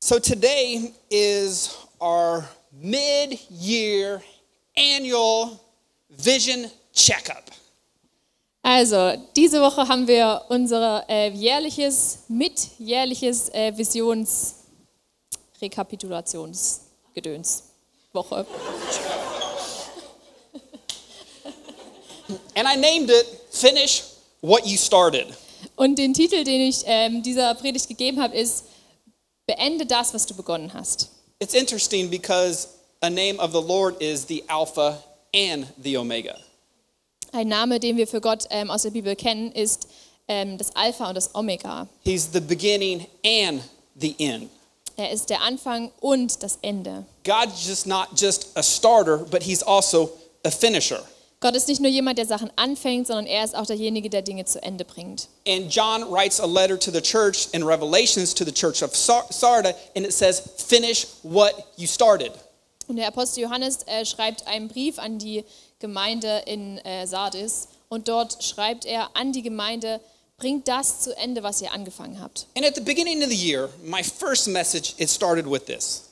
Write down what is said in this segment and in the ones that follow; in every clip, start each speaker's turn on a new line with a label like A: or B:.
A: So today is our mid year annual vision checkup.
B: Also, diese Woche haben wir unser äh, jährliches, mitjährliches äh, Visionsrekapitulationsgedöns. Woche.
A: And I named it Finish What You Started.
B: Und den Titel, den ich ähm, dieser Predigt gegeben habe, ist Beende das, was du begonnen hast.
A: It's interesting because a name of the Lord is the Alpha and the Omega.
B: Ein Name, den wir für Gott ähm, aus der Bibel kennen, ist ähm, das Alpha und das Omega.
A: He's the beginning and the end.
B: Er ist der Anfang und das Ende.
A: God's just not just a starter, but He's also a finisher.
B: Gott ist nicht nur jemand, der Sachen anfängt, sondern er ist auch derjenige, der Dinge zu Ende bringt.
A: And John writes a letter to the church in Revelations to the church of Sar- Sarda, and it says, Finish what you started.
B: Und der Apostel Johannes äh, schreibt einen Brief an die Gemeinde in äh, Sardis und dort schreibt er an die Gemeinde, bringt das zu Ende, was ihr angefangen habt.
A: And at the beginning of the year, my first message, it started with this.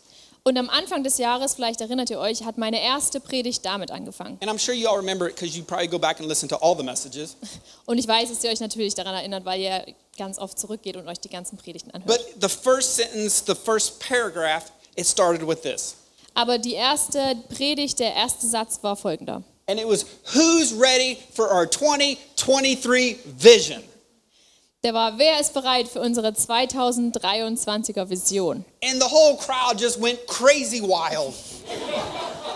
B: Und am Anfang des Jahres, vielleicht erinnert ihr euch, hat meine erste Predigt damit angefangen.
A: And I'm sure you all remember it because you probably go back and listen to all the messages.
B: Und ich weiß, dass ihr euch natürlich daran erinnert, weil ihr ganz oft zurückgeht und euch die ganzen Predigten anhört.
A: But the first sentence, the first paragraph, it started with this.
B: Aber die erste Predigt, der erste Satz war folgender.
A: And it was, Who's ready for our 2023 vision?
B: Der war, wer ist bereit für unsere 2023er Vision?
A: And the whole crowd just went crazy wild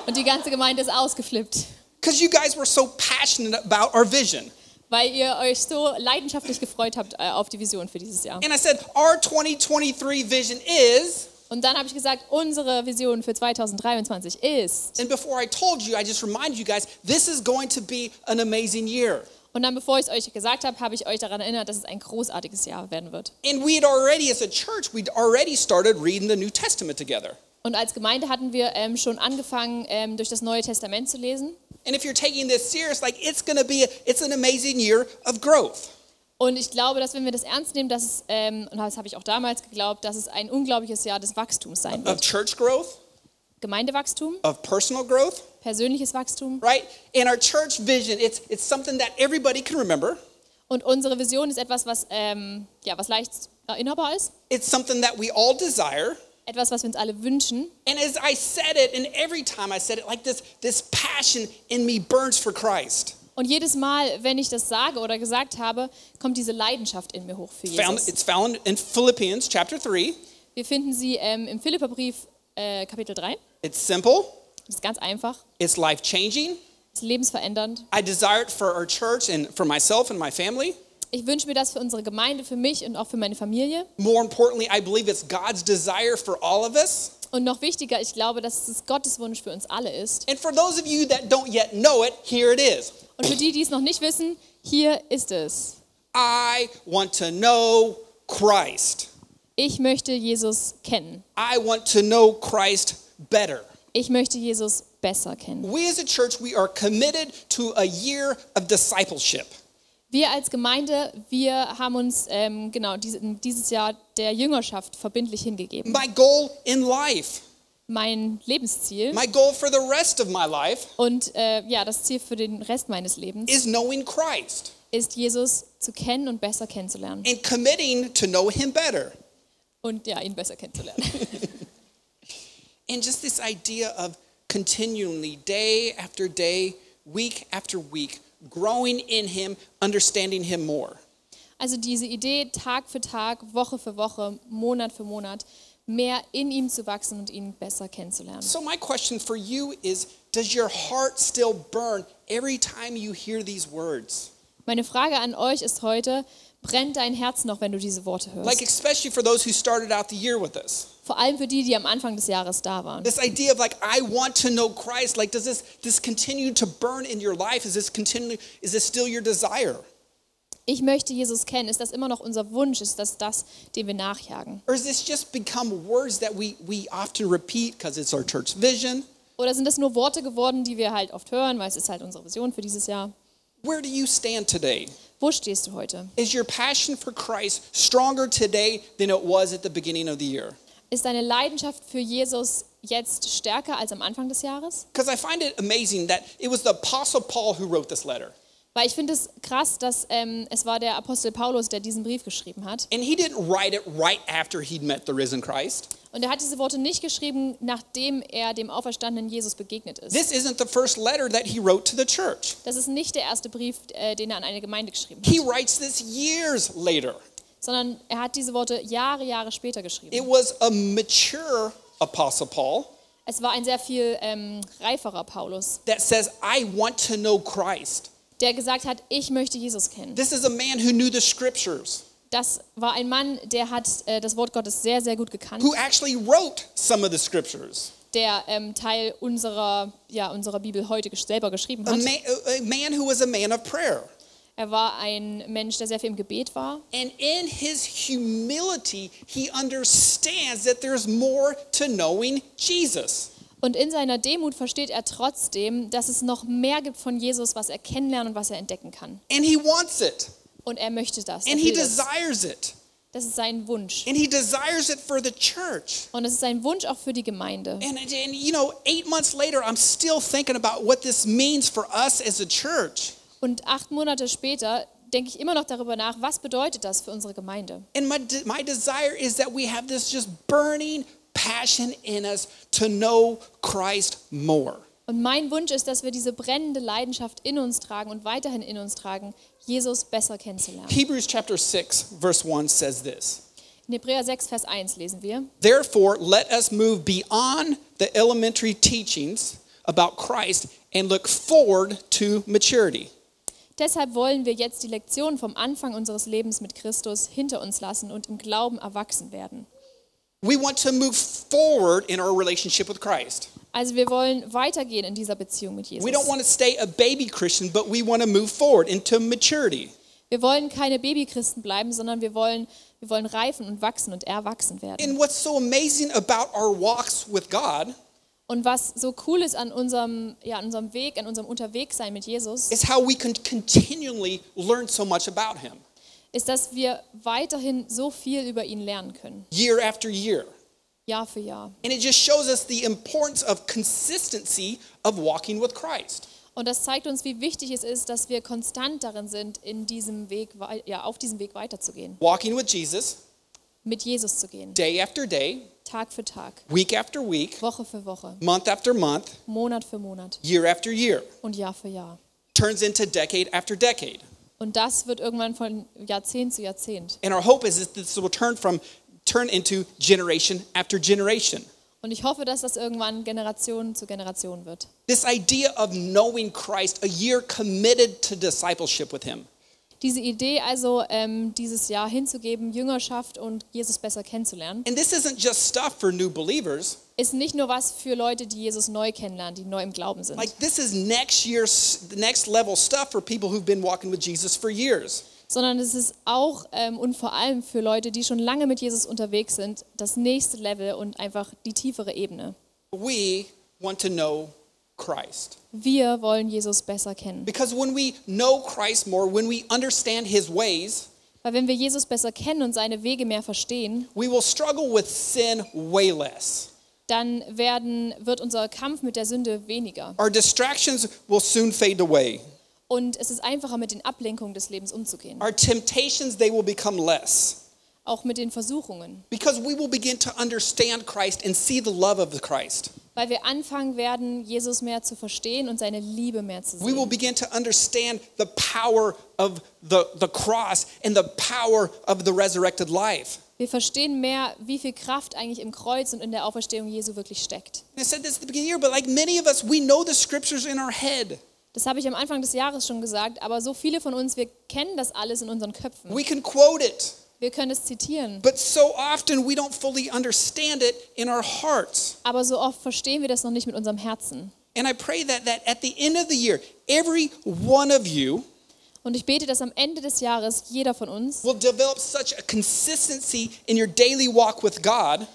B: Und die ganze Gemeinde ist ausgeflippt.
A: because you guys were so passionate about our vision.
B: weil ihr euch so leidenschaftlich gefreut habt äh, auf die Vision für dieses Jahr.
A: And I said, Our 2023 vision is.
B: Und dann habe ich gesagt, unsere Vision für 2023 ist.
A: And before I told you, I just reminded you guys, this is going to be an amazing year.
B: Und dann, bevor ich es euch gesagt habe, habe ich euch daran erinnert, dass es ein großartiges Jahr werden wird.
A: And we had already, as a church, we'd already started reading the New Testament together.
B: Und als Gemeinde hatten wir ähm, schon angefangen, ähm, durch das Neue Testament zu lesen.
A: And if you're taking this serious, like it's going to be, it's an amazing year of growth.
B: Und ich glaube, dass wenn wir das ernst nehmen, dass es, ähm, und das habe ich auch damals geglaubt, dass es ein unglaubliches Jahr des Wachstums sein
A: Of
B: wird.
A: church growth,
B: Gemeindewachstum,
A: of personal growth,
B: persönliches Wachstum.
A: right? And our church vision, it's, it's something that everybody can remember.
B: Und unsere Vision ist etwas, was, ähm, ja, was leicht erinnerbar ist.
A: It's something that we all desire.
B: Etwas, was wir uns alle wünschen.
A: And as I said it, and every time I said it, like this, this passion in me burns for Christ.
B: Und jedes Mal, wenn ich das sage oder gesagt habe, kommt diese Leidenschaft in mir hoch für
A: Found,
B: Jesus.
A: it's found in Philippians chapter 3.
B: Wir finden sie ähm, im Philipperbrief äh, Kapitel 3.
A: It's simple,
B: Das ist ganz einfach,
A: it's life changing.
B: ist lebensverändernd.
A: I desire it for our church and for myself and my family.
B: Ich wünsche mir das für unsere Gemeinde, für mich und auch für meine Familie.
A: More importantly, I believe it's God's desire for all of us.
B: Und noch wichtiger, ich glaube, dass es Gottes Wunsch für uns alle ist.
A: And for those of you that don't yet know it, here it is.
B: Und für die, die es noch nicht wissen, hier ist es.
A: I want to know Christ.
B: Ich möchte Jesus kennen.
A: I want to know Christ better.
B: Ich möchte Jesus besser kennen.
A: We as a church, we are committed to a year of discipleship.
B: Wir als Gemeinde, wir haben uns ähm, genau diese- dieses Jahr der Jüngerschaft verbindlich hingegeben.
A: My goal in life,
B: mein Lebensziel
A: my goal for the rest of my life
B: und äh, ja, das Ziel für den Rest meines Lebens
A: is knowing Christ
B: ist, Jesus zu kennen und besser kennenzulernen.
A: and committing to know him better.
B: Und ja, ihn besser kennenzulernen.
A: And just this idea of continually, day after day, week after week, growing in Him, understanding Him more.
B: Also diese Idee, Tag für Tag, Woche für Woche, Monat für Monat, mehr in ihm zu wachsen und ihn besser kennenzulernen.
A: So, my question for you is Does your heart still burn every time you hear these words?
B: Meine Frage an euch ist heute, brennt dein Herz noch, wenn du diese Worte
A: Like,
B: hörst?
A: especially for those who started out the year with us.
B: Vor allem für die, die am Anfang des Jahres da waren.
A: This idea of like, I want to know Christ. Like, does this, this continue to burn in your life? Is this continue, is this still your desire?
B: Ich möchte Jesus kennen. Ist das immer noch unser Wunsch? Ist das das, dem wir nachjagen?
A: Or has this just become words that we, we often repeat because it's our church vision?
B: Oder sind das nur Worte geworden, die wir halt oft hören, weil es ist halt unsere Vision für dieses Jahr?
A: Where do you stand today?
B: Wo stehst du heute?
A: Is your passion for Christ stronger today than it was at the beginning of the year?
B: Ist deine Leidenschaft für Jesus jetzt stärker als am Anfang des Jahres?
A: Because I find it amazing that it was the Apostle Paul who wrote this letter.
B: Weil ich finde es krass, dass ähm, es war der Apostel Paulus, der diesen Brief geschrieben hat.
A: And he didn't write it right after he'd met the risen Christ.
B: Und er hat diese Worte nicht geschrieben, nachdem er dem auferstandenen Jesus begegnet ist.
A: This isn't the first letter that he wrote to the church.
B: Das ist nicht der erste Brief, äh, den er an eine Gemeinde geschrieben hat,
A: He writes this years later.
B: sondern er hat diese Worte Jahre, Jahre später
A: It
B: geschrieben.
A: was a mature Apostle Paul
B: Es war ein sehr viel ähm, reiferer Paulus,
A: that says, I want to know Christ.
B: der gesagt hat, ich möchte Jesus kennen.
A: This is a man who knew the scriptures,
B: Das war ein Mann, der hat äh, das Wort Gottes sehr, sehr gut gekannt,
A: who actually wrote some of the scriptures.
B: der ähm, Teil unserer, ja, unserer Bibel heute gesch- selber geschrieben
A: A,
B: hat.
A: ma- a man who was a man of prayer.
B: Er war ein Mensch, der sehr viel im Gebet war.
A: And in his humility, he understands that there's more to knowing Jesus.
B: Und in seiner Demut versteht er trotzdem, dass es noch mehr gibt von Jesus, was er kennenlernen und was er entdecken kann.
A: And he wants it.
B: Und er möchte das. Er
A: And he
B: will das.
A: desires it.
B: das ist sein Wunsch.
A: And he desires it for the church.
B: Und es ist sein Wunsch auch für die Gemeinde.
A: And, and you know, eight months later, I'm still thinking about what this means for us as a church.
B: Und acht Monate später denke ich immer noch darüber nach, was bedeutet das für unsere Gemeinde?
A: And my, de- my desire is that we have this just burning passion in us to know Christ more.
B: Und mein Wunsch ist, dass wir diese brennende Leidenschaft in uns tragen und weiterhin in uns tragen, Jesus besser kennenzulernen.
A: Hebrews chapter 6, verse 1 says this
B: In Hebräer 6, Vers 1 lesen wir.
A: Therefore, let us move beyond the elementary teachings about Christ and look forward to maturity.
B: Deshalb wollen wir jetzt die Lektion vom Anfang unseres Lebens mit Christus hinter uns lassen und im Glauben erwachsen werden.
A: We want to move forward in our relationship with Christ.
B: Also wir wollen weitergehen in dieser Beziehung mit Jesus.
A: We don't want to stay a baby Christian, but we want to move forward into maturity.
B: Wir wollen keine Babychristen bleiben, sondern wir wollen, wir wollen reifen und wachsen und erwachsen werden.
A: And what's so amazing about our walks with God
B: Und was so cool ist an unserem, ja, an unserem Weg, an unserem Unterwegsein mit Jesus,
A: is how we can continually learn so much about Him
B: ist, dass wir weiterhin so viel über ihn lernen können,
A: year after year.
B: Jahr für Jahr.
A: And it just shows us the importance of consistency of walking with Christ.
B: Und das zeigt uns, wie wichtig es ist, dass wir konstant darin sind, in diesem Weg, wei- ja, auf diesem Weg weiterzugehen,
A: Walking with Jesus
B: mit Jesus zu gehen,
A: day after day,
B: Tag für Tag,
A: week after week,
B: Woche für Woche,
A: month after month,
B: Monat für Monat
A: year after year,
B: und Jahr für Jahr.
A: turns into decade after decade.
B: Und das wird irgendwann von Jahrzehnt zu Jahrzehnt.
A: And our hope is that this will turn from turn into generation after generation.
B: Und ich hoffe, dass das irgendwann Generation zu Generation wird.
A: This idea of knowing Christ, a year committed to discipleship with him.
B: Diese Idee also, ähm, dieses Jahr hinzugeben, Jüngerschaft und Jesus besser kennenzulernen,
A: And this isn't just stuff for new believers.
B: ist nicht nur was für Leute, die Jesus neu kennenlernen, die neu im Glauben sind.
A: Like this is next year's next level stuff for people who've been walking with Jesus for years.
B: sondern es ist auch ähm, und vor allem für Leute, die schon lange mit Jesus unterwegs sind, das nächste Level und einfach die tiefere Ebene.
A: We want to know Christ.
B: Wir wollen Jesus besser kennen.
A: Because when we know Christ more, when we understand his ways,
B: Weil wenn wir Jesus besser kennen und seine Wege mehr verstehen,
A: we will struggle with sin way less.
B: dann werden, wird unser Kampf mit der Sünde weniger.
A: Our distractions will soon fade away.
B: Und es ist einfacher, mit den Ablenkungen des Lebens umzugehen.
A: Our temptations they will become less.
B: Auch mit den Versuchungen.
A: Because we will begin to understand Christ and see the love of the Christ.
B: Weil wir anfangen werden, Jesus mehr zu verstehen und seine Liebe mehr zu
A: We will
B: sehen.
A: begin to understand the power of the, the cross and the power of the resurrected life.
B: Wir verstehen mehr, wie viel Kraft eigentlich im Kreuz und in der Auferstehung Jesu wirklich steckt.
A: And I said this at the beginning of the year, but like many of us, we know the scriptures in our head.
B: Das habe ich am Anfang des Jahres schon gesagt, aber so viele von uns, wir kennen das alles in unseren Köpfen.
A: We can quote it,
B: Wir können es zitieren,
A: but so often we don't fully understand it in our hearts.
B: aber so oft verstehen wir das noch nicht mit unserem Herzen.
A: And I pray that, that at the end of the year, every one of you
B: Und ich bete, dass am Ende des Jahres jeder von uns
A: will develop such a consistency in your daily walk with God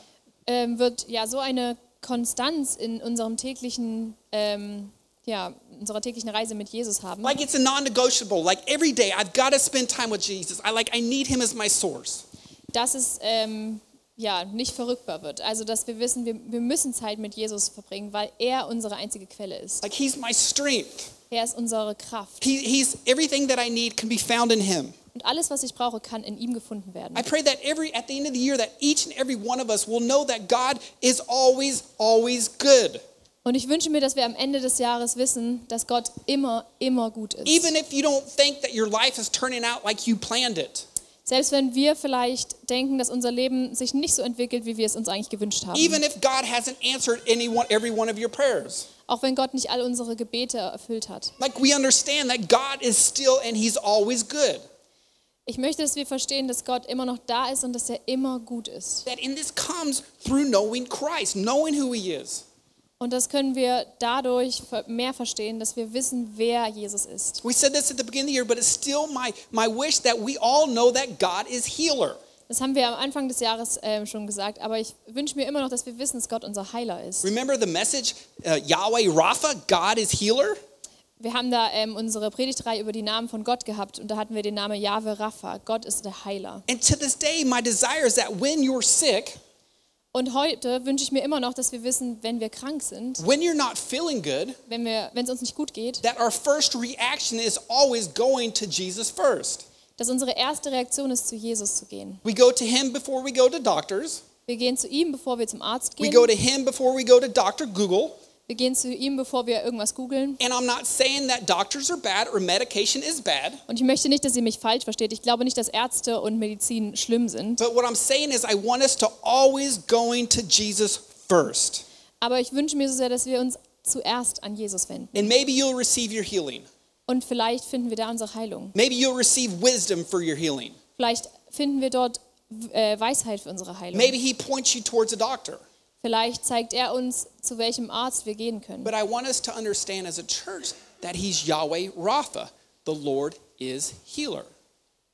B: ähm, wird ja so eine Konstanz in unserem täglichen, ähm, ja, unserer täglichen Reise mit Jesus haben,
A: Like it's a non-negotiable. Like every day, I've got to spend time with Jesus. I like I need Him as my source.
B: dass es ähm, ja, nicht verrückbar wird. Also, dass wir wissen, wir, wir müssen Zeit mit Jesus verbringen, weil er unsere einzige Quelle ist.
A: Like he's my strength.
B: Er ist unsere Kraft.
A: He, he's everything that I need can be found in him.
B: Und alles, was ich brauche, kann in ihm gefunden werden.
A: I pray that every at the end of the year that each and every one of us will know that God is always always good.
B: Und ich wünsche mir, dass wir am Ende des Jahres wissen, dass Gott immer, immer gut ist.
A: Even if you don't think that your life is turning out like you planned it.
B: Selbst wenn wir vielleicht denken, dass unser Leben sich nicht so entwickelt, wie wir es uns eigentlich gewünscht haben.
A: Even if God hasn't answered any one, every one of your prayers.
B: Auch wenn Gott nicht all unsere Gebete erfüllt hat.
A: Like we understand that God is still and he's always good.
B: Ich möchte, dass wir verstehen, dass Gott immer noch da ist und dass er immer gut ist.
A: That and this comes through knowing Christ, knowing who he is.
B: Und das können wir dadurch ver- mehr verstehen, dass wir wissen, wer Jesus ist.
A: We said this at the beginning of the year, but it's still my, my wish that we all know that God is healer.
B: Das haben wir am Anfang des Jahres ähm, schon gesagt, aber ich wünsche mir immer noch, dass wir wissen, dass Gott unser Heiler ist.
A: Remember the message, uh, Yahweh Rapha, God is healer?
B: Wir haben da ähm, unsere Predigtreihe über die Namen von Gott gehabt und da hatten wir den Namen Jahwe Rapha. Gott ist der Heiler.
A: And to this day, my desire is that when you're sick,
B: Und heute wünsche ich mir immer noch, dass wir wissen, wenn wir krank sind,
A: when you're not feeling good,
B: wenn wir- wenn es uns nicht gut geht,
A: that our first reaction is always going to Jesus first.
B: dass unsere erste Reaktion ist, zu Jesus zu gehen.
A: We go to him before we go to doctors.
B: Wir gehen zu ihm, bevor wir zum Arzt
A: We
B: gehen.
A: go to him before we go to Dr. Google.
B: Wir gehen zu ihm, bevor wir irgendwas googeln.
A: And I'm not saying that doctors are bad or medication is bad,
B: Und ich möchte nicht, dass ihr mich falsch versteht. Ich glaube nicht, dass Ärzte und Medizin schlimm sind.
A: but what I'm saying is I want us to always going to Jesus first.
B: Aber ich wünsche mir so sehr, dass wir uns zuerst an Jesus wenden.
A: And maybe you'll receive your healing.
B: Und vielleicht finden wir da unsere Heilung.
A: Maybe you'll receive wisdom for your healing.
B: Vielleicht finden wir dort äh, Weisheit für unsere Heilung.
A: Maybe he points you towards a doctor.
B: Vielleicht zeigt er uns, zu welchem Arzt wir gehen können.
A: But I want us to understand as a church that he's Yahweh Rapha, the Lord is healer.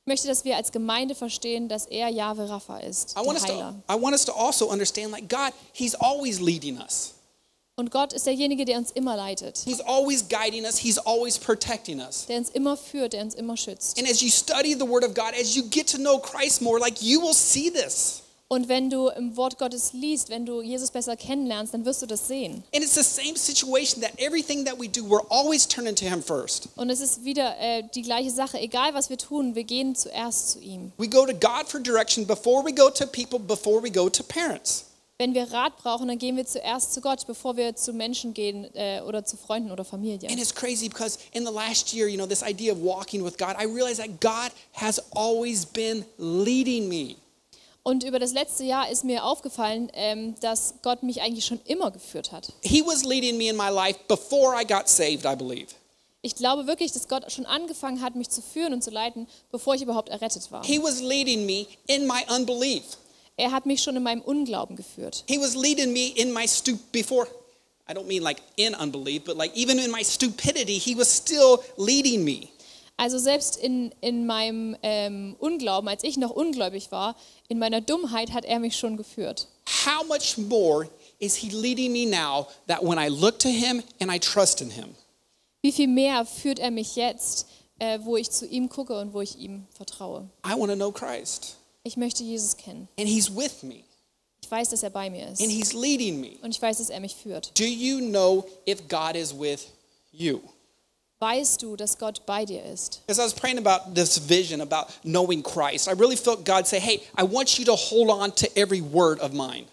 B: Ich möchte, dass wir als Gemeinde verstehen, dass er Jahwe Rapha ist,
A: I want
B: der
A: us to,
B: Heiler.
A: I want us to also understand like God, he's always leading us.
B: Und Gott ist derjenige, der uns immer leitet,
A: He's always guiding us, he's always protecting us.
B: der uns immer führt, der uns immer schützt.
A: And as you study the word of God, as you get to know Christ more, like you will see this.
B: Und wenn du im Wort Gottes liest, wenn du Jesus besser kennenlernst, dann wirst du das sehen.
A: And it's the same situation that everything that we do, we're always turning to him first.
B: Und es ist wieder äh, die gleiche Sache. Egal, was wir tun, wir gehen zuerst zu ihm.
A: We go to God for direction before we go to people, before we go to parents.
B: Wenn wir Rat brauchen, dann gehen wir zuerst zu Gott, bevor wir zu Menschen gehen äh, oder zu Freunden oder Familie.
A: And it's crazy because in the last year, you know, this idea of walking with God, I realized that God has always been leading me.
B: Und über das letzte Jahr ist mir aufgefallen, ähm, dass Gott mich eigentlich schon immer geführt hat.
A: He was leading me in my life before I got saved, I believe.
B: Ich glaube wirklich, dass Gott schon angefangen hat, mich zu führen und zu leiten, bevor ich überhaupt errettet war.
A: He was leading me in my unbelief.
B: Er hat mich schon in meinem Unglauben geführt.
A: He was leading me in my stu before. I don't mean like in unbelief, but like even in my stupidity, he was still leading me.
B: Also selbst in, in meinem ähm, Unglauben, als ich noch ungläubig war, in meiner Dummheit hat er mich schon geführt.
A: How much more is he leading me now that when I look to him and I trust in him?
B: Wie viel mehr führt er mich jetzt, äh, wo ich zu ihm gucke und wo ich ihm vertraue?
A: I want to know Christ,
B: Ich möchte Jesus kennen.
A: and he's with me,
B: Ich weiß, dass er bei mir ist.
A: and he's leading me.
B: Und ich weiß, dass er mich führt.
A: Do you know if God is with you?
B: Weißt du, dass Gott bei dir ist?
A: As I was praying about this vision about knowing Christ, I really felt God say, Hey, I want you to hold on to every word of mine.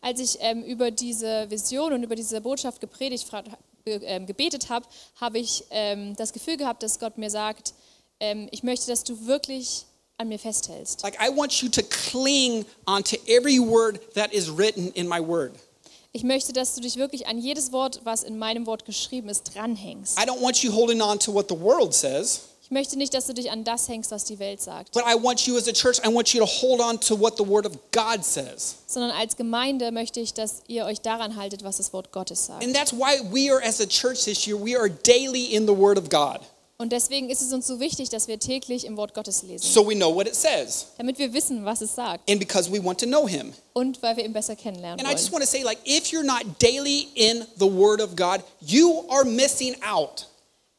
B: Als ich ähm, über diese Vision und über diese Botschaft gepredigt, fra- ge- ähm, gebetet habe, habe ich ähm, das Gefühl gehabt, dass Gott mir sagt, ähm, ich möchte, dass du wirklich an mir festhältst.
A: Like, I want you to cling onto every word that is written in my word.
B: Ich möchte, dass du dich wirklich an jedes Wort, was in meinem Wort geschrieben ist, dranhängst.
A: I don't want you holding on to what the world says,
B: Ich möchte nicht, dass du dich an das hängst, was die Welt sagt.
A: but I want you as a church, I want you to hold on to what the word of God says.
B: sondern als Gemeinde möchte ich, dass ihr euch daran haltet, was das Wort Gottes sagt.
A: And that's why we are, as a church this year, we are daily in the word of God.
B: Und deswegen ist es uns so wichtig, dass wir täglich im Wort Gottes lesen,
A: So we know what it says,
B: damit wir wissen, was es sagt
A: and because we want to know Him.
B: und weil wir ihn besser kennenlernen
A: And I just
B: wollen.
A: want to say, like, if you're not daily in the Word of God, you are missing out.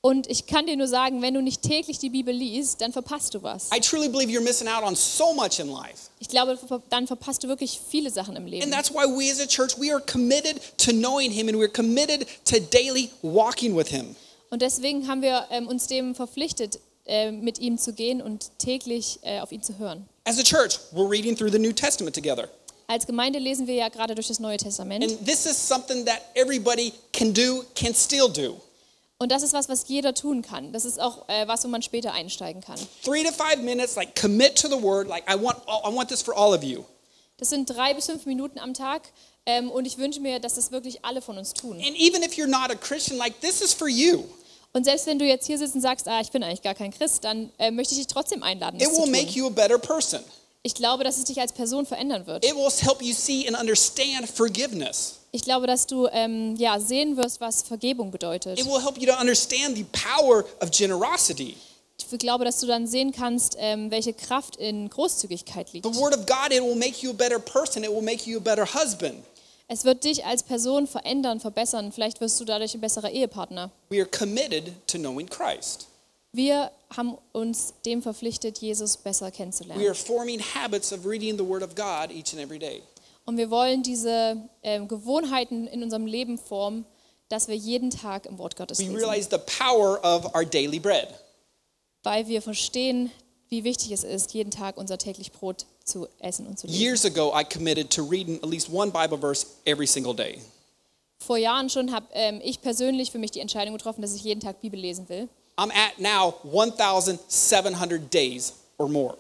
B: Und ich kann dir nur sagen, wenn du nicht täglich die Bibel liest, dann verpasst du was.
A: I truly believe you're missing out on so much in life.
B: Ich glaube, ver- dann verpasst du wirklich viele Sachen im
A: And
B: Leben.
A: that's why we as a church, we are committed to knowing him and we're committed to daily walking with him.
B: Und deswegen haben wir ähm, uns dem verpflichtet, äh, mit ihm zu gehen und täglich äh, auf ihn zu hören.
A: As a church, we're reading through the New Testament together.
B: Als Gemeinde lesen wir ja gerade durch das Neue Testament.
A: And this is something that everybody can do, can still do.
B: Und das ist was, was jeder tun kann. Das ist auch äh, was, wo man später einsteigen kann.
A: Three to five minutes, like commit to the word. Like I want, I want this for all of you.
B: Das sind drei bis fünf Minuten am Tag. Ähm, und ich wünsche mir, dass das wirklich alle von uns tun.
A: And even if you're not a Christian, like this is for you.
B: Und selbst wenn du jetzt hier sitzt und sagst, ah, ich bin eigentlich gar kein Christ, dann äh, möchte ich dich trotzdem einladen,
A: It
B: das zu
A: will make
B: tun.
A: you a better person.
B: Ich glaube, dass es dich als Person verändern wird.
A: It will help you see and understand forgiveness.
B: Ich glaube, dass du ähm, ja, sehen wirst, was Vergebung bedeutet.
A: It will help you to understand the power of generosity.
B: Ich glaube, dass du dann sehen kannst, ähm, welche Kraft in Großzügigkeit liegt.
A: The word of God, it will make you a better person. It will make you a better husband.
B: Es wird dich als Person verändern, verbessern. Vielleicht wirst du dadurch ein besserer Ehepartner.
A: We are committed to knowing Christ.
B: Wir haben uns dem verpflichtet, Jesus besser
A: We
B: kennenzulernen.
A: are forming habits of reading the word of God each and every day.
B: Und wir wollen diese ähm, Gewohnheiten in unserem Leben formen, dass wir jeden Tag im Wort Gottes
A: We
B: lesen,
A: realize the power of our daily bread.
B: weil wir verstehen, wie wichtig es ist, jeden Tag unser täglich Brot zu essen und zu lesen.
A: Years ago, I committed to reading at least one Bible verse every single day.
B: Vor Jahren schon habe ähm, ich persönlich für mich die Entscheidung getroffen, dass ich jeden Tag Bibel lesen will.
A: I'm at now 1,700 days or more.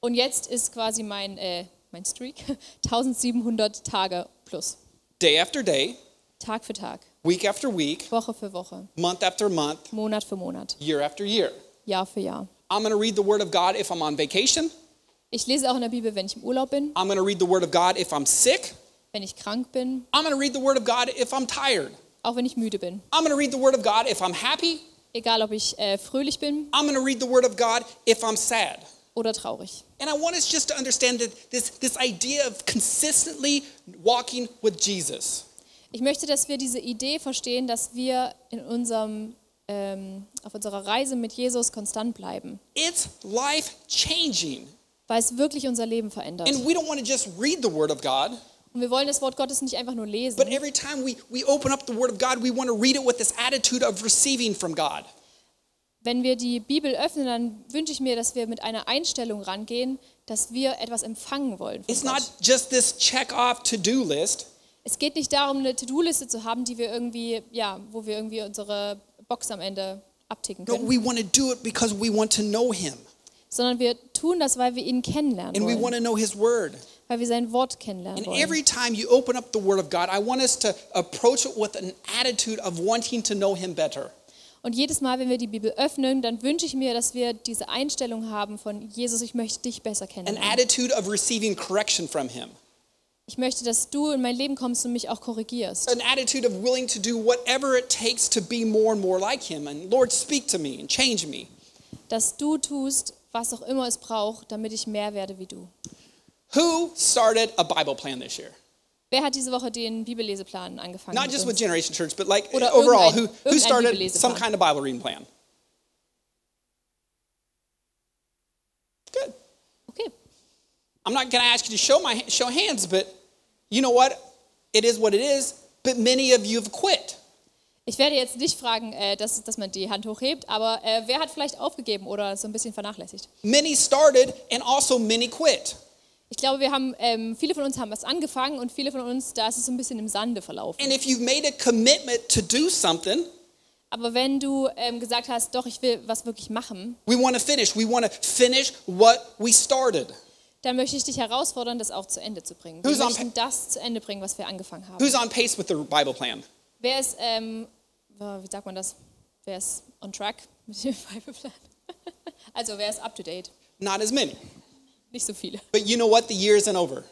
B: Und jetzt ist quasi mein, äh, mein Streak 1700 Tage plus.
A: Day after day,
B: Tag für Tag,
A: week after week,
B: Woche für Woche,
A: month after month,
B: Monat für Monat,
A: year after year.
B: Jahr für Jahr.
A: I'm going to read the Word of God if I'm on vacation.
B: Ich lese auch in der Bibel, wenn ich im Urlaub bin,
A: I'm going to read the Word of God if I'm sick.
B: wenn ich krank bin,
A: I'm going to read the Word of God if I'm tired.
B: auch wenn ich müde bin.
A: I'm going to read the Word of God if I'm happy.
B: Egal, ob ich äh, fröhlich bin
A: I'm going to read the Word of God if I'm sad.
B: oder traurig.
A: And I want us just to understand that this, this idea of consistently walking with Jesus.
B: Ich möchte, dass wir diese Idee verstehen, dass wir in unserem, ähm, auf unserer Reise mit Jesus konstant bleiben,
A: It's life changing.
B: weil es wirklich unser Leben verändert.
A: And we don't want to just read the Word of God,
B: Und wir wollen das Wort Gottes nicht einfach nur lesen.
A: but every time we, we open up the Word of God, we want to read it with this attitude of receiving from God.
B: Wenn wir die Bibel öffnen, dann wünsche ich mir, dass wir mit einer Einstellung rangehen, dass wir etwas empfangen wollen. von
A: It's
B: Gott.
A: not just this check off to do list,
B: Es geht nicht darum, eine To-Do-Liste zu haben, die wir irgendwie, ja, wo wir irgendwie unsere Box am Ende abticken
A: no,
B: können,
A: we want to do it because we want to know Him
B: sondern wir tun das, weil wir ihn kennenlernen
A: and we want
B: wollen,
A: to know His Word.
B: weil wir sein Wort kennenlernen
A: And
B: wollen.
A: every time you open up the Word of God, I want us to approach it with an attitude of wanting to know Him better.
B: Und jedes Mal, wenn wir die Bibel öffnen, dann wünsche ich mir, dass wir diese Einstellung haben von Jesus, ich möchte dich besser
A: an
B: kennenlernen.
A: attitude of receiving correction from him
B: Ich möchte, dass du in mein Leben kommst und mich auch korrigierst.
A: an attitude of willing to do whatever it takes to be more and more like him and lord speak to me and change me
B: dass du tust, was auch immer es braucht, damit ich mehr werde wie du.
A: who started a bible plan this year
B: Wer hat diese Woche den Bibelleseplan angefangen?
A: not
B: mit
A: just
B: uns?
A: with generation church but like
B: Oder
A: overall who,
B: irgendein-
A: who
B: irgendein
A: started
B: Bibelleseplan.
A: some kind of bible reading plan good
B: okay.
A: i'm not going to ask you to show my show hands but you know what it is what it is but many of you have quit
B: Ich werde jetzt nicht fragen, äh, dass, dass man die Hand hochhebt, aber äh, wer hat vielleicht aufgegeben oder so ein bisschen vernachlässigt?
A: many started and also many quit
B: Ich glaube, wir haben, ähm, viele von uns haben was angefangen und viele von uns, da ist es so ein bisschen im Sande verlaufen.
A: and if you've made a commitment to do something
B: Aber wenn du ähm, gesagt hast, doch, ich will was wirklich machen,
A: We want to finish. We want to finish what we started.
B: dann möchte ich dich herausfordern, das auch zu Ende zu bringen.
A: Who's
B: Wir
A: on
B: möchten das zu Ende bringen, was wir angefangen haben.
A: Who's on pace with the Bible plan?
B: Wer ist, ähm, äh, wie sagt man das? Wer ist on track mit dem Bibelplan? Also wer ist up to date?
A: Not as many.
B: Nicht so viele.
A: But you know what? The year isn't over.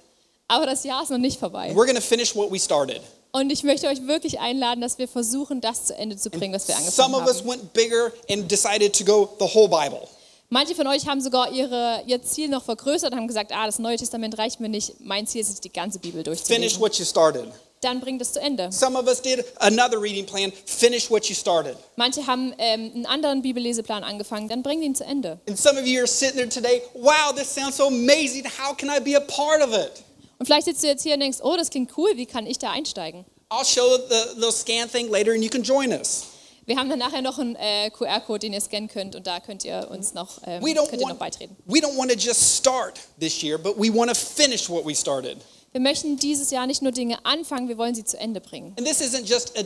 B: Aber das Jahr ist noch nicht vorbei.
A: We're going to finish what we started.
B: Und ich möchte euch wirklich einladen, dass wir versuchen, das zu Ende zu bringen, was wir
A: Some
B: angefangen
A: of us
B: haben.
A: went bigger and decided to go the whole Bible.
B: Manche von euch haben sogar ihre, ihr Ziel noch vergrößert und haben gesagt, ah, das Neue Testament reicht mir nicht. Mein Ziel ist es, die ganze Bibel
A: Finish
B: durchzulesen.
A: what you started.
B: dann bring das zu Ende.
A: Some of us did another reading plan, finish what you started.
B: Manche haben ähm, einen anderen Bibelleseplan angefangen, dann bring ihn zu Ende.
A: And some of you are sitting there today, wow, this sounds so amazing. How can I be a part of it?
B: Und vielleicht sitzt du jetzt hier und denkst, oh, das klingt cool, wie kann ich da einsteigen?
A: I'll show the little scan thing later and you can join us.
B: Wir haben dann nachher noch einen äh, QR-Code, den ihr scannen könnt und da könnt ihr uns noch, ähm,
A: We don't
B: könnt ihr noch
A: want,
B: beitreten.
A: we don't want to just start this year, but we want to finish what we started.
B: Wir möchten dieses Jahr nicht nur Dinge anfangen, wir wollen sie zu Ende bringen.
A: And this isn't just a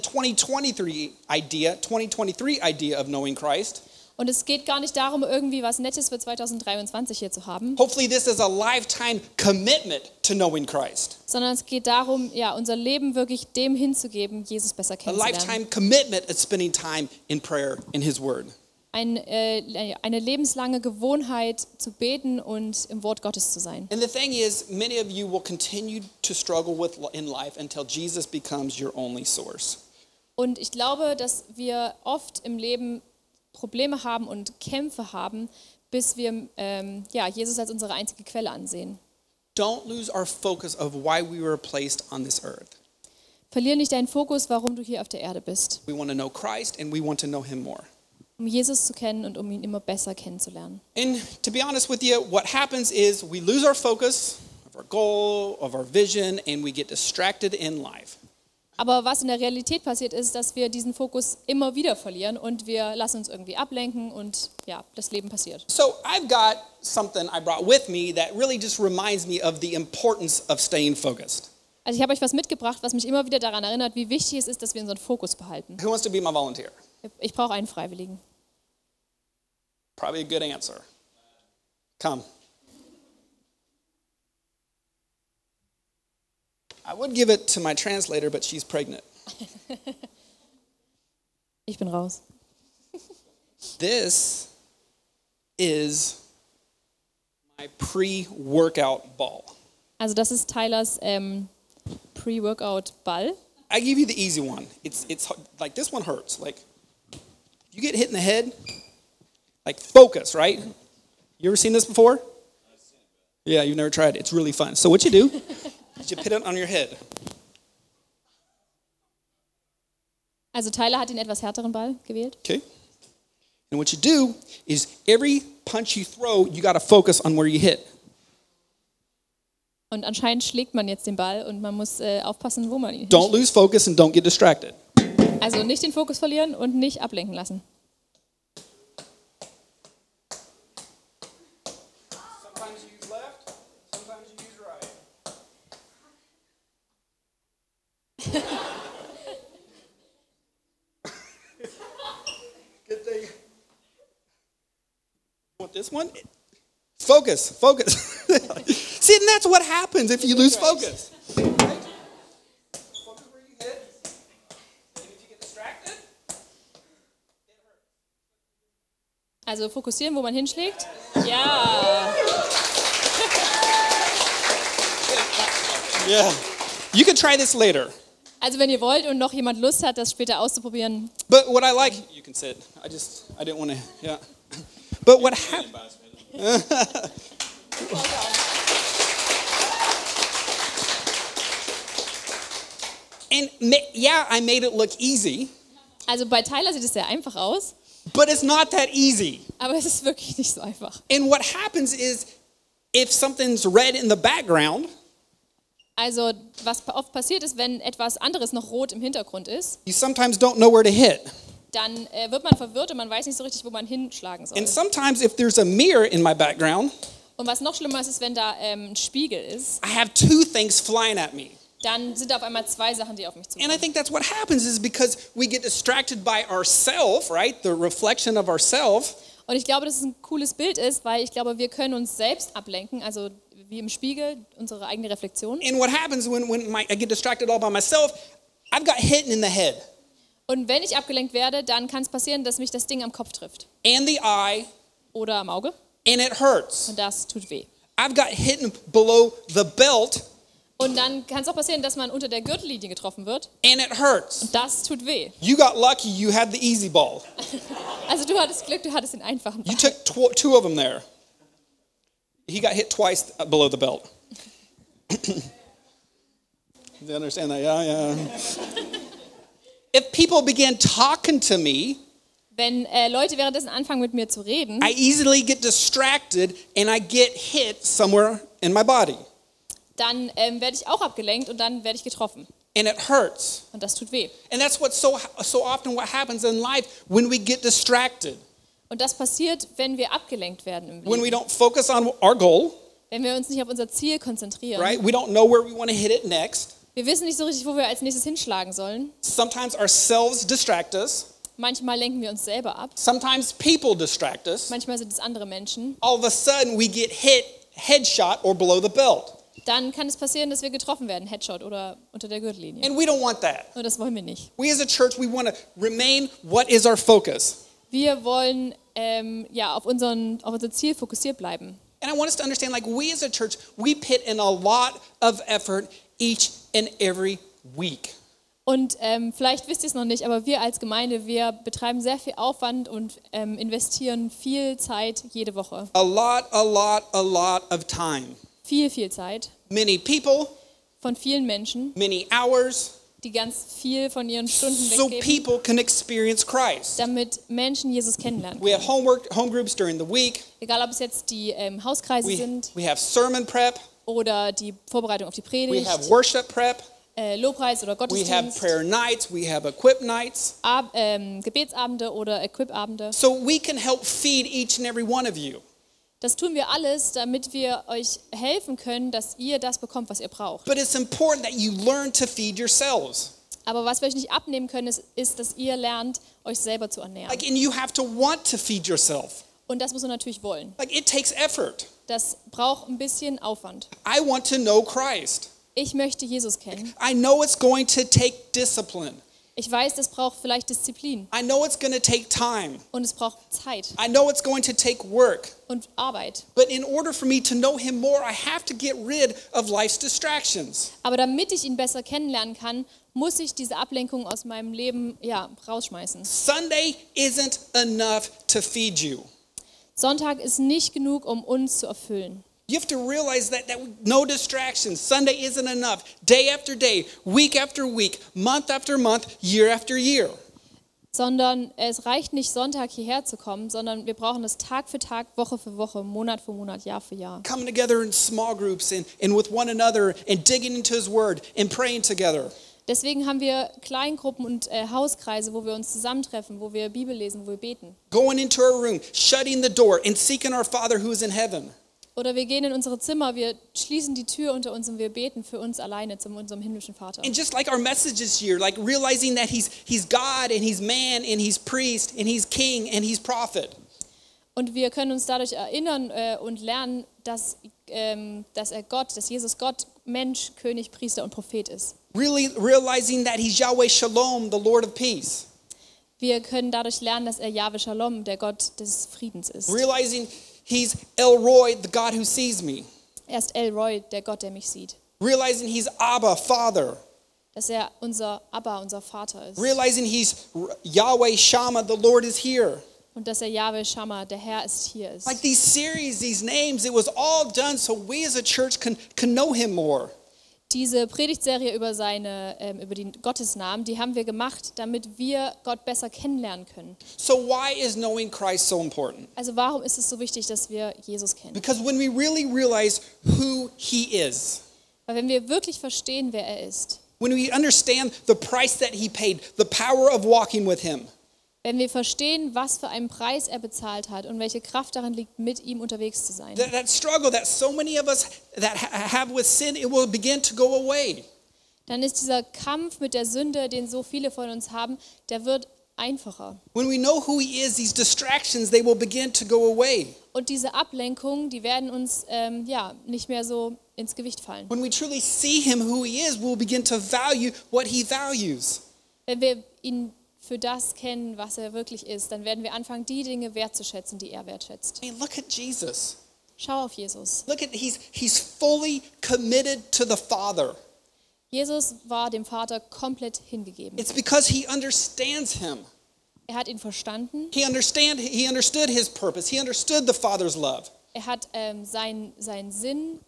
A: 2023 idea, 2023 idea of knowing Christ.
B: Und es geht gar nicht darum, irgendwie was Nettes für 2023 hier zu haben,
A: Hopefully, this is a lifetime commitment to knowing Christ,
B: sondern es geht darum, ja, unser Leben wirklich dem hinzugeben, Jesus besser
A: a
B: kennenzulernen.
A: lifetime commitment at spending time in prayer in His Word.
B: Ein, äh, eine lebenslange Gewohnheit zu beten und im Wort Gottes zu sein.
A: And the thing is, many of you will continue to struggle with li- in life until Jesus becomes your only source.
B: Und ich glaube, dass wir oft im Leben Probleme haben und Kämpfe haben, bis wir ähm, ja, Jesus als unsere einzige Quelle ansehen.
A: Don't lose our focus of why we were placed on this earth.
B: Verlier nicht deinen Fokus, warum du hier auf der Erde bist,
A: We want to know Christ and we want to know Him more.
B: um Jesus zu kennen und um ihn immer besser kennenzulernen.
A: And to be honest with you, what happens is we lose our focus of our goal, of our vision, and we get distracted in life.
B: Aber was in der Realität passiert ist, dass wir diesen Fokus immer wieder verlieren und wir lassen uns irgendwie ablenken und ja, das Leben passiert.
A: So I've got something I brought with me that really just reminds me of the importance of staying focused.
B: Also ich habe euch was mitgebracht, was mich immer wieder daran erinnert, wie wichtig es ist, dass wir unseren Fokus behalten.
A: Who wants to be my volunteer?
B: Ich brauche einen Freiwilligen.
A: Probably a good answer. Come. I would give it to my translator, but she's pregnant.
B: Ich bin raus.
A: This is my pre workout ball.
B: Also das ist Tylers ähm, Pre-Workout-Ball.
A: I give you the easy one. It's it's hu- like this one hurts. Like you get hit in the head. Like focus, right? You ever seen this before? Yeah, you've never tried it. It's really fun. So what you do is you put it on your head.
B: Also Tyler hat den etwas härteren Ball gewählt.
A: Okay. And what you do is every punch you throw, you gotta focus on where you hit.
B: Und anscheinend schlägt man jetzt den Ball und man muss äh, aufpassen, wo man ihn
A: Don't lose focus and don't get distracted.
B: hinschlägt. Also nicht den Fokus verlieren und nicht ablenken lassen.
A: Sometimes you use left, sometimes you use right. Good thing. Want this one? Focus, focus. See, and that's what happens if you lose focus. Focus where you hit. And if you get distracted,
B: Also fokussieren, wo man hinschlägt. Ja.
A: Yeah. You can try this later.
B: Also wenn ihr wollt und noch jemand Lust hat, das später auszuprobieren.
A: But what I like, you can sit. I just, I didn't want to, yeah. But what happened? and ma- yeah, I made it look easy,
B: Also bei Tyler sieht es sehr einfach aus,
A: but it's not that easy.
B: aber es ist wirklich nicht so einfach.
A: And what happens is if something's red in the background,
B: Also was pa- oft passiert ist, wenn etwas anderes noch rot im Hintergrund ist,
A: you sometimes don't know where to hit.
B: dann äh, wird man verwirrt und man weiß nicht so richtig, wo man hinschlagen soll.
A: And sometimes if there's a mirror in my background,
B: Und was noch schlimmer ist, ist, wenn da ähm, ein Spiegel ist,
A: I have two things flying at me.
B: dann sind auf einmal zwei Sachen, die auf mich zukommen.
A: And I think that's what happens is because we get distracted by ourself, right? The reflection of ourself.
B: Und ich glaube, dass es ein cooles Bild ist, weil ich glaube, wir können uns selbst ablenken, also wie im Spiegel, unsere eigene Reflexion.
A: And what happens when, when my, I get distracted all by myself, I've got hit in the head
B: Und wenn ich abgelenkt werde, dann kann es passieren, dass mich das Ding am Kopf trifft
A: and the eye,
B: oder am Auge
A: and it hurts.
B: und das tut weh.
A: I've got hit in- below the belt
B: Und dann kann es auch passieren, dass man unter der Gürtellinie getroffen wird.
A: and it hurts.
B: Das tut weh.
A: You got lucky, you had the easy ball.
B: Also du hattest Glück, du hattest den einfachen
A: You
B: Ball.
A: took tw- two of them there. He got hit twice uh, below the belt. They understand that. Yeah, yeah. if people began talking to me,
B: Wenn äh, Leute währenddessen anfangen, mit mir zu reden,
A: I easily get distracted and I get hit somewhere in my body.
B: dann ähm, werde ich auch abgelenkt und dann werde ich getroffen.
A: And it hurts.
B: Und das tut weh.
A: And that's what so, so often what happens in life when we get distracted,
B: Und das passiert, wenn wir abgelenkt werden im
A: when
B: Leben.
A: we don't focus on our goal,
B: Wenn wir uns nicht auf unser Ziel konzentrieren.
A: right? We don't know where we want to hit it next.
B: Wir wissen nicht so richtig, wo wir als nächstes hinschlagen sollen.
A: Sometimes ourselves distract us.
B: Manchmal lenken wir uns selber ab.
A: Sometimes people distract us.
B: Manchmal sind es andere Menschen.
A: All of a sudden, we get hit headshot or below the belt.
B: Dann kann es passieren, dass wir getroffen werden, Headshot oder unter der Gürtellinie.
A: And we don't want that.
B: Und das wollen wir nicht.
A: We as a church, we want to remain what is our focus.
B: Wir wollen ähm, ja auf, unseren, auf unser Ziel fokussiert bleiben.
A: And I want us to understand like we as a church, we put in a lot of effort each and every week.
B: Und ähm, vielleicht wisst ihr es noch nicht, aber wir als Gemeinde, wir betreiben sehr viel Aufwand und ähm, investieren viel Zeit jede Woche.
A: A lot, a lot, a lot of time.
B: Viel, viel Zeit
A: Many people,
B: von vielen Menschen,
A: many hours,
B: die ganz viel von ihren Stunden
A: so
B: weggeben,
A: people can experience Christ.
B: damit Menschen Jesus kennenlernen.
A: We have homework, home groups during the week.
B: Egal, ob es jetzt die ähm, Hauskreise
A: We,
B: sind
A: we have sermon prep.
B: oder die Vorbereitung auf die
A: We
B: Predigt,
A: have worship prep.
B: äh, Lobpreis oder
A: We have
B: Gottesdienst,
A: prayer nights. We have equip nights.
B: Ab, ähm, Gebetsabende oder Equipabende.
A: So we can help feed each and every one of you.
B: Das tun wir alles, damit wir euch helfen können, dass ihr das bekommt, was ihr braucht.
A: But it's important that you learn to feed yourselves.
B: Aber was wir euch nicht abnehmen können, ist, ist, dass ihr lernt, euch selber zu ernähren.
A: Like, and you have to want to feed yourself.
B: Und das muss man natürlich wollen.
A: Like, it takes effort.
B: Das braucht ein bisschen Aufwand.
A: I want to know Christ.
B: Ich möchte Jesus kennen.
A: I know it's going to take discipline.
B: Ich weiß, das braucht vielleicht Disziplin
A: I know it's going to take time.
B: und es braucht Zeit
A: I know it's going to take work.
B: und Arbeit.
A: But in order for me to know Him more, I have to get rid of life's distractions.
B: Aber damit ich ihn besser kennenlernen kann, muss ich diese Ablenkung aus meinem Leben ja, rausschmeißen.
A: Sunday isn't enough to feed you.
B: Sonntag ist nicht genug, um uns zu erfüllen.
A: You have to realize that, that no distractions. Sunday isn't enough. Day after day, week after week, month after month, year after year.
B: sondern es reicht nicht, Sonntag hierher zu kommen, sondern wir brauchen das Tag für Tag, Woche für Woche, Monat für Monat, Jahr für Jahr.
A: Coming together in small groups and, and with one another and digging into His Word and praying together.
B: Deswegen haben wir Kleingruppen und äh, Hauskreise, wo wir uns zusammentreffen, wo wir Bibel lesen, wo wir beten.
A: Going into our room, shutting the door, and seeking our Father who is in heaven.
B: Oder wir gehen in unsere Zimmer, wir schließen die Tür unter uns und wir beten für uns alleine zu unserem himmlischen Vater.
A: And just like our message this year, like realizing that He's, he's God and He's man and He's priest and He's king and He's prophet.
B: Und wir können uns dadurch erinnern äh, und lernen, dass, ähm, dass er Gott, dass Jesus Gott, Mensch, König, Priester und Prophet ist.
A: Really realizing that He's Yahweh Shalom, the Lord of peace.
B: Wir können dadurch lernen, dass er Jahwe Shalom, der Gott des Friedens ist.
A: realizing he's Elroy, the God who sees me,
B: Er ist Elroy, der Gott, der mich sieht.
A: realizing he's Abba, Father,
B: Dass er unser Abba, unser Vater ist.
A: realizing he's Yahweh Shama, the Lord is here.
B: Und dass er Yahweh Shammah, der Herr ist, hier ist.
A: Like these series, these names, it was all done so we as a church can, can know him more.
B: Diese Predigtserie über, seine, ähm, über den Gottesnamen, die haben wir gemacht, damit wir Gott besser kennenlernen können.
A: So why is knowing Christ so important?
B: Also warum ist es so wichtig, dass wir Jesus kennen?
A: Because when we really realize who he is,
B: Weil wenn wir wirklich verstehen, wer er ist,
A: when we understand the price that he paid, the power of walking with him,
B: wenn wir verstehen, was für einen Preis er bezahlt hat und welche Kraft darin liegt, mit ihm unterwegs zu sein,
A: that, that struggle that so many of us that ha- have with sin, it will begin to go away.
B: dann ist dieser Kampf mit der Sünde, den so viele von uns haben, der wird einfacher.
A: When we know who he is, these distractions they will begin to go away.
B: Und diese Ablenkungen, die werden uns ähm, ja nicht mehr so ins Gewicht fallen.
A: When we truly see him who he is, we'll begin to value what he values.
B: Wenn wir ihn für das kennen, was er wirklich ist, dann werden wir anfangen, die Dinge wertzuschätzen, die er wertschätzt.
A: I mean, look at Jesus.
B: Schau auf Jesus.
A: Look at he's he's fully committed to the Father.
B: Jesus war dem Vater komplett hingegeben.
A: It's because he understands him.
B: Er hat ihn verstanden.
A: He understand he understood his purpose. He understood the Father's love.
B: Er hat ähm, seinen, seinen Sinn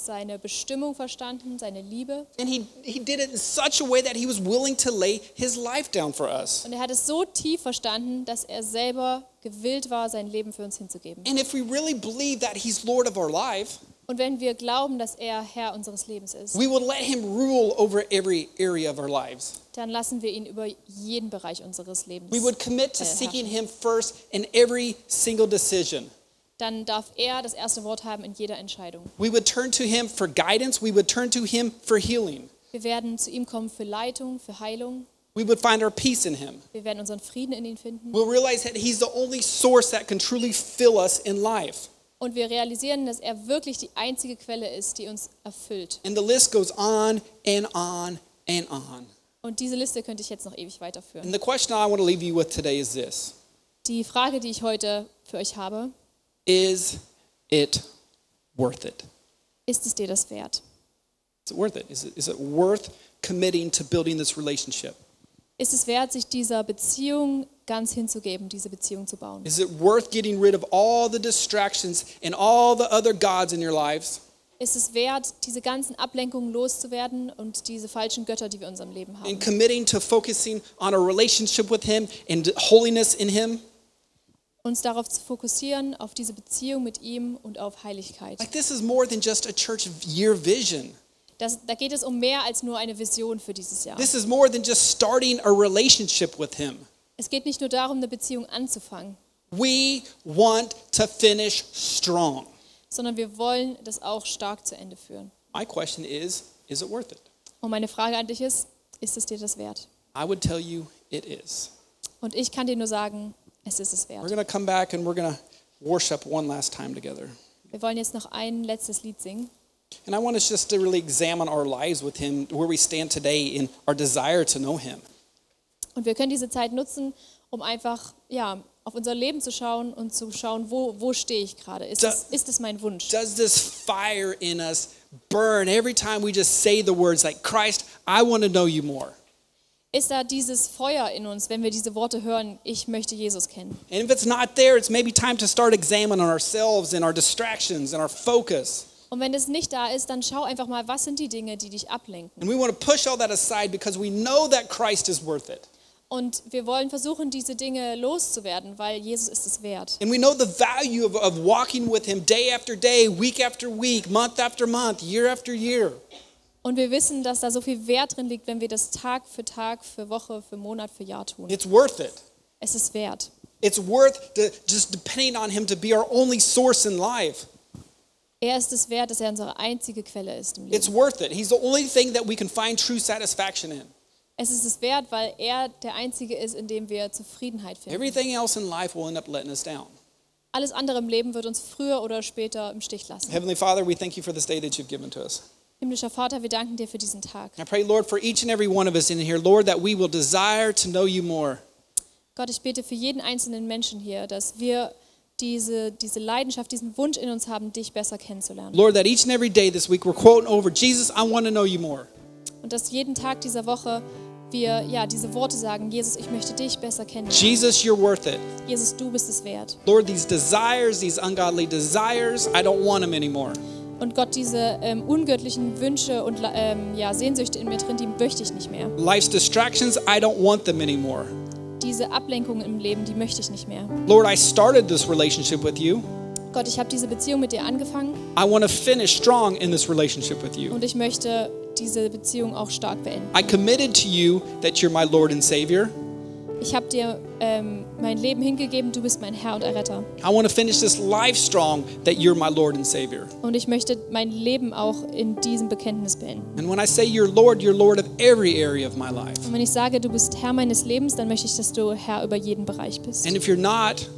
B: seine Bestimmung verstanden, seine Liebe.
A: And he, he did it in such a way that he was willing to lay his life down for us.
B: Und er hat es so tief verstanden, dass er selber gewillt war, sein Leben für uns hinzugeben.
A: And if we really believe that he's Lord of our life,
B: Und wenn wir glauben, dass er Herr unseres Lebens ist,
A: we will let him rule over every area of our lives.
B: dann lassen wir ihn über jeden Bereich unseres
A: We
B: Lebens.
A: would commit to
B: Yeah.
A: seeking him first in every single decision.
B: Dann darf er das erste Wort haben in jeder Entscheidung.
A: We would turn to him for guidance, we would turn to him for healing.
B: Wir werden zu ihm kommen für Leitung, für Heilung.
A: We would find our peace in him.
B: Wir werden unseren Frieden in ihn finden.
A: We'll realize that he's the only source that can truly fill us in life.
B: Und wir realisieren, dass er wirklich die einzige Quelle ist, die uns erfüllt.
A: And the list goes on and on and on.
B: Und diese Liste könnte ich jetzt noch ewig weiterführen.
A: And the question I want to leave you with today is this
B: Die Frage, die ich heute für euch habe,
A: Is it worth it?
B: ist es dir das wert?
A: Is it worth it? Is it, is it worth committing to building this relationship?
B: Ist es wert, sich dieser Beziehung ganz hinzugeben, diese Beziehung zu bauen?
A: Is it worth getting rid of all the distractions and all the other gods in your lives?
B: Ist es wert, diese ganzen Ablenkungen loszuwerden und diese falschen Götter, die wir in unserem Leben haben?
A: And committing to focusing on a relationship with Him and holiness in Him?
B: Uns darauf zu fokussieren, auf diese Beziehung mit ihm und auf Heiligkeit.
A: Like, this is more than just a church year vision.
B: Das, da geht es um mehr als nur eine Vision für dieses Jahr.
A: This is more than just starting a relationship with Him.
B: Es geht nicht nur darum, eine Beziehung anzufangen,
A: We want to finish strong.
B: sondern wir wollen das auch stark zu Ende führen.
A: My question is is it worth it?
B: Und meine Frage an dich ist, ist es dir das wert?
A: I would tell you it is.
B: Und ich kann dir nur sagen, es ist es
A: We're
B: wert.
A: going to come back and we're going to worship one last time together.
B: Wir wollen jetzt noch ein letztes Lied singen.
A: And I want us just to really examine our lives with Him, where we stand today in our desire to know Him.
B: Und wir können diese Zeit nutzen, um einfach ja, auf unser Leben zu schauen und zu schauen, wo, wo stehe ich gerade? Ist,
A: Da-
B: es, ist es mein Wunsch?
A: Does this fire in us burn every time we just say the words like, Christ, I want to know you more?
B: Ist da dieses Feuer in uns, wenn wir diese Worte hören, ich möchte Jesus kennen?
A: And if it's not there, it's maybe time to start examining ourselves and our distractions and our focus.
B: Und wenn es nicht da ist, dann schau einfach mal, was sind die Dinge, die dich ablenken?
A: And we want to push all that aside because we know that Christ is worth it.
B: Und wir wollen versuchen, diese Dinge loszuwerden, weil Jesus ist es wert.
A: And we know the value of, of walking with Him day after day, week after week, month after month, year after year.
B: Und wir wissen, dass da so viel Wert drin liegt, wenn wir das Tag für Tag, für Woche, für Monat, für Jahr tun.
A: It's worth it.
B: Es ist wert.
A: It's worth to, just depending on Him to be our only source in life.
B: Er ist es wert, dass er unsere einzige Quelle ist im Leben.
A: It's worth it. He's the only thing that we can find true satisfaction in.
B: Es ist es wert, weil er der Einzige ist, in dem wir Zufriedenheit finden.
A: Everything else in life will end up letting us down.
B: Alles andere im Leben wird uns früher oder später im Stich lassen.
A: Heavenly Father, we thank you for this day that you've given to us.
B: Himmlischer Vater, wir danken dir für diesen Tag.
A: I pray, Lord, for each and every one of us in here, Lord, that we will desire to know you more.
B: Gott, ich bete für jeden einzelnen Menschen hier, dass wir diese, diese Leidenschaft, diesen Wunsch in uns haben, dich besser kennenzulernen.
A: Lord, that each and every day this week we're quoting over, Jesus, I want to know you more.
B: Und dass jeden Tag dieser Woche wir ja diese Worte sagen, Jesus, ich möchte dich besser kennenlernen.
A: Jesus, you're worth it.
B: Jesus, du bist es wert.
A: Lord, these desires, these ungodly desires, I don't want them anymore.
B: Und Gott, diese ähm, ungöttlichen Wünsche und ähm, ja, Sehnsüchte in mir drin, die möchte ich nicht mehr.
A: Life's distractions, I don't want them anymore.
B: Diese Ablenkungen im Leben, die möchte ich nicht mehr.
A: Lord, I started this relationship with you.
B: Gott, ich habe diese Beziehung mit dir angefangen
A: I want to finish strong in this relationship with you.
B: und ich möchte diese Beziehung auch stark beenden.
A: I committed to you that you're my Lord and Savior.
B: Ich habe dir ähm, mein Leben hingegeben, du bist mein Herr und Erretter.
A: I want to finish this life strong that you're my Lord and Savior.
B: Und ich möchte mein Leben auch in diesem Bekenntnis beenden.
A: And when I say you're Lord, you're Lord of every area of my life.
B: Und wenn ich sage, du bist Herr meines Lebens, dann möchte ich, dass du Herr über jeden Bereich bist.
A: And if you're not,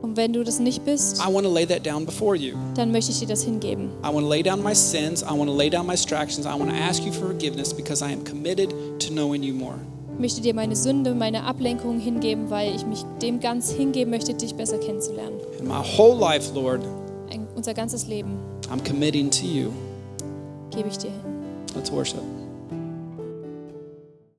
B: Und wenn du das nicht bist,
A: I want to lay that down before you.
B: dann möchte ich dir das hingeben.
A: I want to lay down my sins. I want to lay down my distractions. I want to ask you for forgiveness because I am committed to knowing you more.
B: Ich möchte dir meine Sünde, meine Ablenkungen hingeben, weil ich mich dem ganz hingeben möchte, dich besser kennenzulernen.
A: And my whole life, Lord,
B: Ein, unser ganzes Leben
A: I'm committing to you.
B: gebe ich dir hin.
A: Let's worship.